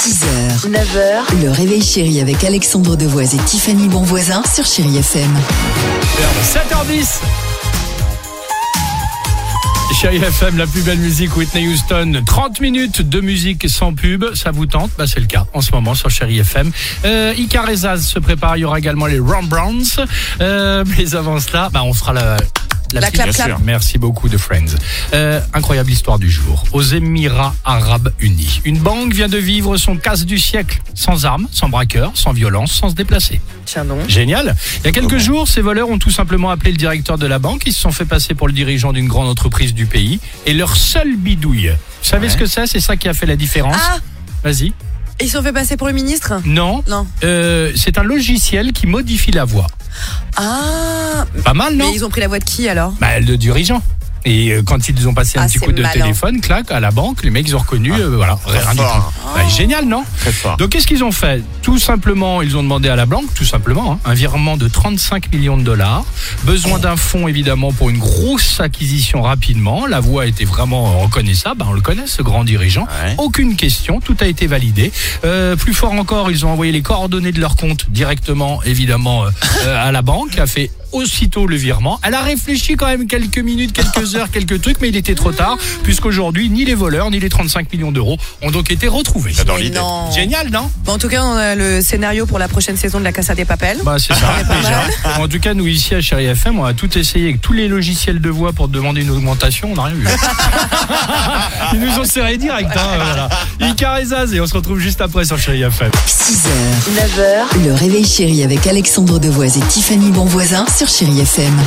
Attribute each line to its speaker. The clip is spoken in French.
Speaker 1: 6h, 9h, le réveil chéri avec Alexandre Devoise et Tiffany Bonvoisin sur Chéri FM.
Speaker 2: 7h10 Chérie FM, la plus belle musique Whitney Houston. 30 minutes de musique sans pub, ça vous tente bah, C'est le cas en ce moment sur Chérie FM. Euh, Icarezaz se prépare, il y aura également les Ron Browns. Euh, mais avant cela, bah, on fera la...
Speaker 3: La
Speaker 2: petite-
Speaker 3: clap, Bien clap. sûr.
Speaker 2: Merci beaucoup de Friends. Euh, incroyable histoire du jour. Aux Émirats Arabes Unis, une banque vient de vivre son casse du siècle. Sans armes, sans braqueurs, sans violence, sans se déplacer.
Speaker 3: Tiens donc.
Speaker 2: Génial. Il y a quelques jours, ces voleurs ont tout simplement appelé le directeur de la banque. Ils se sont fait passer pour le dirigeant d'une grande entreprise du pays. Et leur seule bidouille. Vous savez ce que c'est C'est ça qui a fait la différence.
Speaker 3: Ah
Speaker 2: Vas-y.
Speaker 3: Ils sont fait passer pour le ministre
Speaker 2: Non.
Speaker 3: Non.
Speaker 2: Euh, c'est un logiciel qui modifie la voix.
Speaker 3: Ah
Speaker 2: Pas mal, non
Speaker 3: Mais ils ont pris la voix de qui alors
Speaker 2: Bah, le dirigeant. Et euh, quand ils ont passé un
Speaker 3: Ah,
Speaker 2: petit
Speaker 3: c'est
Speaker 2: coup de
Speaker 3: malin.
Speaker 2: téléphone, clac, à la banque, les mecs, ils ont reconnu, euh, voilà, rien du
Speaker 4: fort.
Speaker 2: tout. Bah, génial, non
Speaker 4: Très fort.
Speaker 2: Donc, qu'est-ce qu'ils ont fait Tout simplement, ils ont demandé à la banque, tout simplement, hein, un virement de 35 millions de dollars. Besoin d'un fonds, évidemment, pour une grosse acquisition rapidement. La voix était vraiment reconnaissable. Bah, on le connaît, ce grand dirigeant.
Speaker 4: Ouais.
Speaker 2: Aucune question, tout a été validé. Euh, plus fort encore, ils ont envoyé les coordonnées de leur compte directement, évidemment, euh, euh, à la banque, qui a fait aussitôt le virement. Elle a réfléchi quand même quelques minutes, quelques heures, quelques trucs, mais il était trop tard, puisqu'aujourd'hui, ni les voleurs, ni les 35 millions d'euros ont donc été retrouvés.
Speaker 4: J'adore
Speaker 3: Mais
Speaker 4: l'idée.
Speaker 3: non.
Speaker 2: Génial, non
Speaker 3: Bon, En tout cas, on a le scénario pour la prochaine saison de la Casa des Papels.
Speaker 2: Bah c'est ça,
Speaker 3: pas
Speaker 2: déjà. En tout cas, nous ici à Chéri FM, on a tout essayé avec tous les logiciels de voix pour demander une augmentation, on n'a rien eu. Ils nous ont serré direct, hein, voilà. Icar et Zaz, et on se retrouve juste après sur Chéri FM.
Speaker 1: 6h, 9h, le réveil chéri avec Alexandre Devoise et Tiffany Bonvoisin sur Chéri FM.